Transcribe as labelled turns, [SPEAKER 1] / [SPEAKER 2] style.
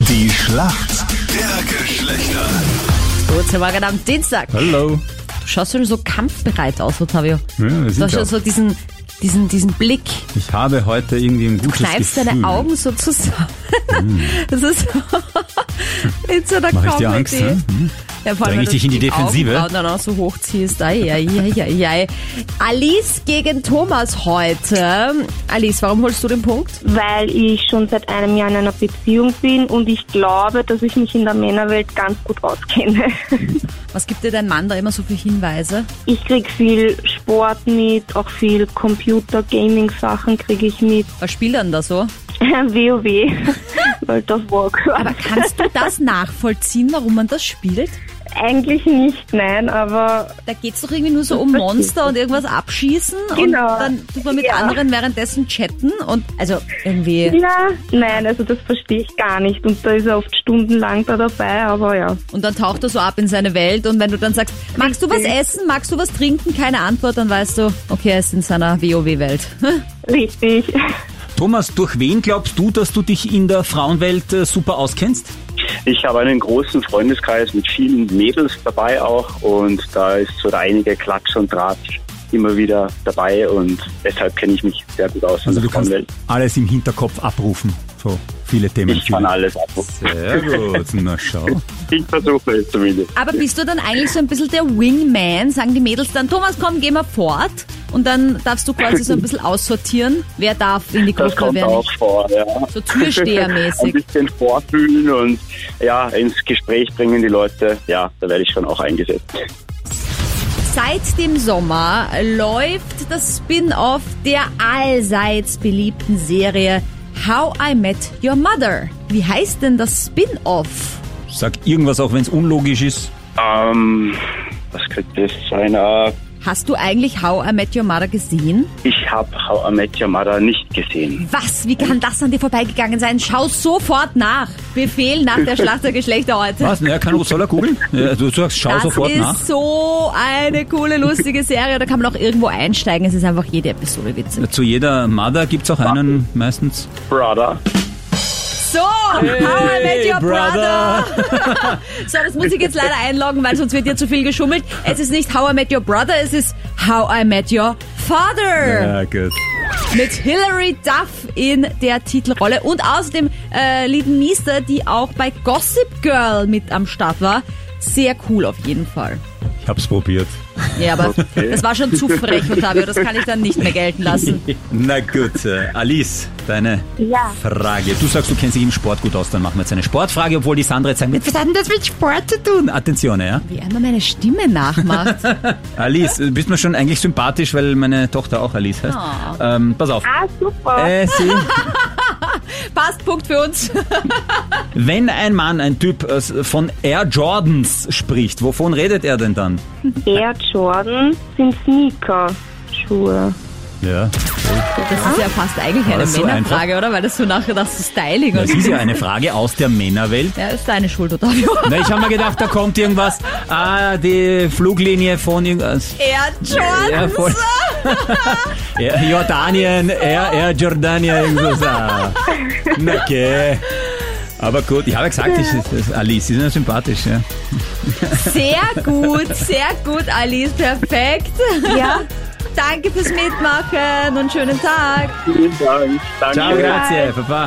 [SPEAKER 1] Die Schlacht der Geschlechter.
[SPEAKER 2] Guten Morgen am Dienstag.
[SPEAKER 3] Hallo.
[SPEAKER 2] Du schaust schon so kampfbereit aus, Ottavio. Du
[SPEAKER 3] Ja, das sind
[SPEAKER 2] hast
[SPEAKER 3] ich,
[SPEAKER 2] schon
[SPEAKER 3] auch.
[SPEAKER 2] so diesen, diesen, diesen Blick.
[SPEAKER 3] ich habe heute irgendwie ein gutes
[SPEAKER 2] Kneifst
[SPEAKER 3] Gefühl. Mm.
[SPEAKER 2] deine Augen so zusammen. Das ist in so einer
[SPEAKER 3] Mach ich
[SPEAKER 2] Comedy.
[SPEAKER 3] dir Angst, ne?
[SPEAKER 2] Ja, vor allem, wenn
[SPEAKER 3] Dräng ich
[SPEAKER 2] du
[SPEAKER 3] dich in die Defensive?
[SPEAKER 2] Augenbrauen dann auch so hochziehst. Ei, ei, ei, ei, ei. Alice gegen Thomas heute. Alice, warum holst du den Punkt?
[SPEAKER 4] weil ich schon seit einem Jahr in einer Beziehung bin und ich glaube, dass ich mich in der Männerwelt ganz gut auskenne.
[SPEAKER 2] Was gibt dir dein Mann da immer so für Hinweise?
[SPEAKER 4] Ich krieg viel Sport mit, auch viel Computer-Gaming-Sachen krieg ich mit.
[SPEAKER 2] Was spielt er denn da so?
[SPEAKER 4] WoW, World of Warcraft.
[SPEAKER 2] Aber kannst du das nachvollziehen, warum man das spielt?
[SPEAKER 4] Eigentlich nicht, nein, aber
[SPEAKER 2] Da geht's doch irgendwie nur so um Monster und irgendwas abschießen
[SPEAKER 4] Genau.
[SPEAKER 2] und dann tut man mit
[SPEAKER 4] Ja.
[SPEAKER 2] anderen währenddessen chatten und also irgendwie
[SPEAKER 4] ja, nein, also das verstehe ich gar nicht. Und da ist er oft stundenlang da dabei, aber ja.
[SPEAKER 2] und dann taucht er so ab in seine Welt und wenn du dann sagst, magst du was
[SPEAKER 4] Richtig.
[SPEAKER 2] essen, magst du was trinken, keine Antwort, dann weißt du, okay, er ist in seiner WoW-Welt.
[SPEAKER 4] Richtig.
[SPEAKER 3] Thomas, durch wen glaubst du, dass du dich in der Frauenwelt äh, super auskennst?
[SPEAKER 5] Ich habe einen großen Freundeskreis mit vielen Mädels dabei auch und da ist so der einige Klatsch und Tratsch immer wieder dabei und deshalb kenne ich mich sehr gut aus in
[SPEAKER 3] Also
[SPEAKER 5] der
[SPEAKER 3] du kannst
[SPEAKER 5] Frauenwelt.
[SPEAKER 3] alles im Hinterkopf abrufen. So viele Themen.
[SPEAKER 5] Ich kann alles ab.
[SPEAKER 3] Sehr gut. Na schau.
[SPEAKER 5] Ich versuche es zumindest.
[SPEAKER 2] Aber bist du dann eigentlich so ein bisschen der Wingman, sagen die Mädels dann, Thomas, komm, geh mal fort und dann darfst du quasi so ein bisschen aussortieren, wer darf in die
[SPEAKER 5] Das
[SPEAKER 2] Gruppe,
[SPEAKER 5] kommt
[SPEAKER 2] wer
[SPEAKER 5] auch
[SPEAKER 2] nicht.
[SPEAKER 5] vor, ja.
[SPEAKER 2] So Türstehermäßig.
[SPEAKER 5] Ein bisschen vorfühlen und ja, ins Gespräch bringen die Leute. Ja, da werde ich schon auch eingesetzt.
[SPEAKER 2] Seit dem Sommer läuft das Spin-off der allseits beliebten Serie How I Met Your Mother. Wie heißt denn das Spin-off?
[SPEAKER 3] Sag irgendwas, auch wenn es unlogisch ist.
[SPEAKER 5] Ähm, was könnte das sein? Äh,
[SPEAKER 2] Hast du eigentlich How I Met Your Mother gesehen?
[SPEAKER 5] Ich habe How I Met Your Mother nicht gesehen.
[SPEAKER 2] Was? Wie kann das an dir vorbeigegangen sein? Schau sofort nach. Befehl nach der Schlacht der Geschlechter heute.
[SPEAKER 3] Was? Naja, kann, soll er googeln? Ja, du sagst, schau
[SPEAKER 2] Das
[SPEAKER 3] sofort
[SPEAKER 2] ist
[SPEAKER 3] nach.
[SPEAKER 2] so eine coole, lustige Serie. Da kann man auch irgendwo einsteigen. Es ist einfach jede Episode witzig.
[SPEAKER 3] Zu jeder Mother gibt's auch einen meistens.
[SPEAKER 5] Brother.
[SPEAKER 2] So, How I Met Your Brother.
[SPEAKER 3] Brother.
[SPEAKER 2] So, das muss ich jetzt leider einloggen, weil sonst wird dir zu viel geschummelt. Es ist nicht How I Met Your Brother, es ist How I Met Your Father.
[SPEAKER 3] Ja, gut.
[SPEAKER 2] Mit Hilary Duff in der Titelrolle und außerdem äh, lieben Miester, die auch bei Gossip Girl mit am Start war. Sehr cool auf jeden Fall.
[SPEAKER 3] Ich hab's probiert.
[SPEAKER 2] Ja, aber das war schon zu frech, Ottavio. Das kann ich dann nicht mehr gelten lassen.
[SPEAKER 3] Na gut, äh, Alice, deine
[SPEAKER 4] Ja.
[SPEAKER 3] Frage. Du sagst, du kennst dich im Sport gut aus, dann machen wir jetzt eine Sportfrage, obwohl die Sandra jetzt sagen wird, was hat denn das mit Sport zu tun? Attenzione, ja?
[SPEAKER 2] Wie einmal meine Stimme nachmacht.
[SPEAKER 3] Alice, äh, bist mir schon eigentlich sympathisch, weil meine Tochter auch Alice heißt. Ähm, pass auf.
[SPEAKER 4] Ah, super.
[SPEAKER 3] Äh, sie,
[SPEAKER 2] Passt, Punkt für uns.
[SPEAKER 3] wenn ein Mann, ein Typ äh, von Air Jordans spricht, wovon redet er denn dann?
[SPEAKER 4] Air Jordan sind Sneaker-Schuhe.
[SPEAKER 3] Ja,
[SPEAKER 2] Das ist ja fast eigentlich eine
[SPEAKER 3] das so
[SPEAKER 2] Männerfrage, oder? Weil das so nach, nach so Styling
[SPEAKER 3] das
[SPEAKER 2] und...
[SPEAKER 3] ist ja eine Frage aus der Männerwelt.
[SPEAKER 2] Ja, ist deine Schuld, Ottavio.
[SPEAKER 3] Na, ich habe mir gedacht, da kommt irgendwas. Ah, die Fluglinie von äh, irgendwas.
[SPEAKER 2] Air Jordans.
[SPEAKER 3] Ja, voll. Air Jordanien, Air, Air Jordania, irgendwas. ah. Na, okay. Aber gut, ich habe ja gesagt, ich, das- Alice, eh. sie sind ja sympathisch. Ja.
[SPEAKER 2] Sehr gut, sehr gut, Alice. Perfekt.
[SPEAKER 4] Ja.
[SPEAKER 2] Danke fürs Mitmachen und schönen Tag.
[SPEAKER 5] Vielen Dank. Danke.
[SPEAKER 3] Ciao, grazie, Papa.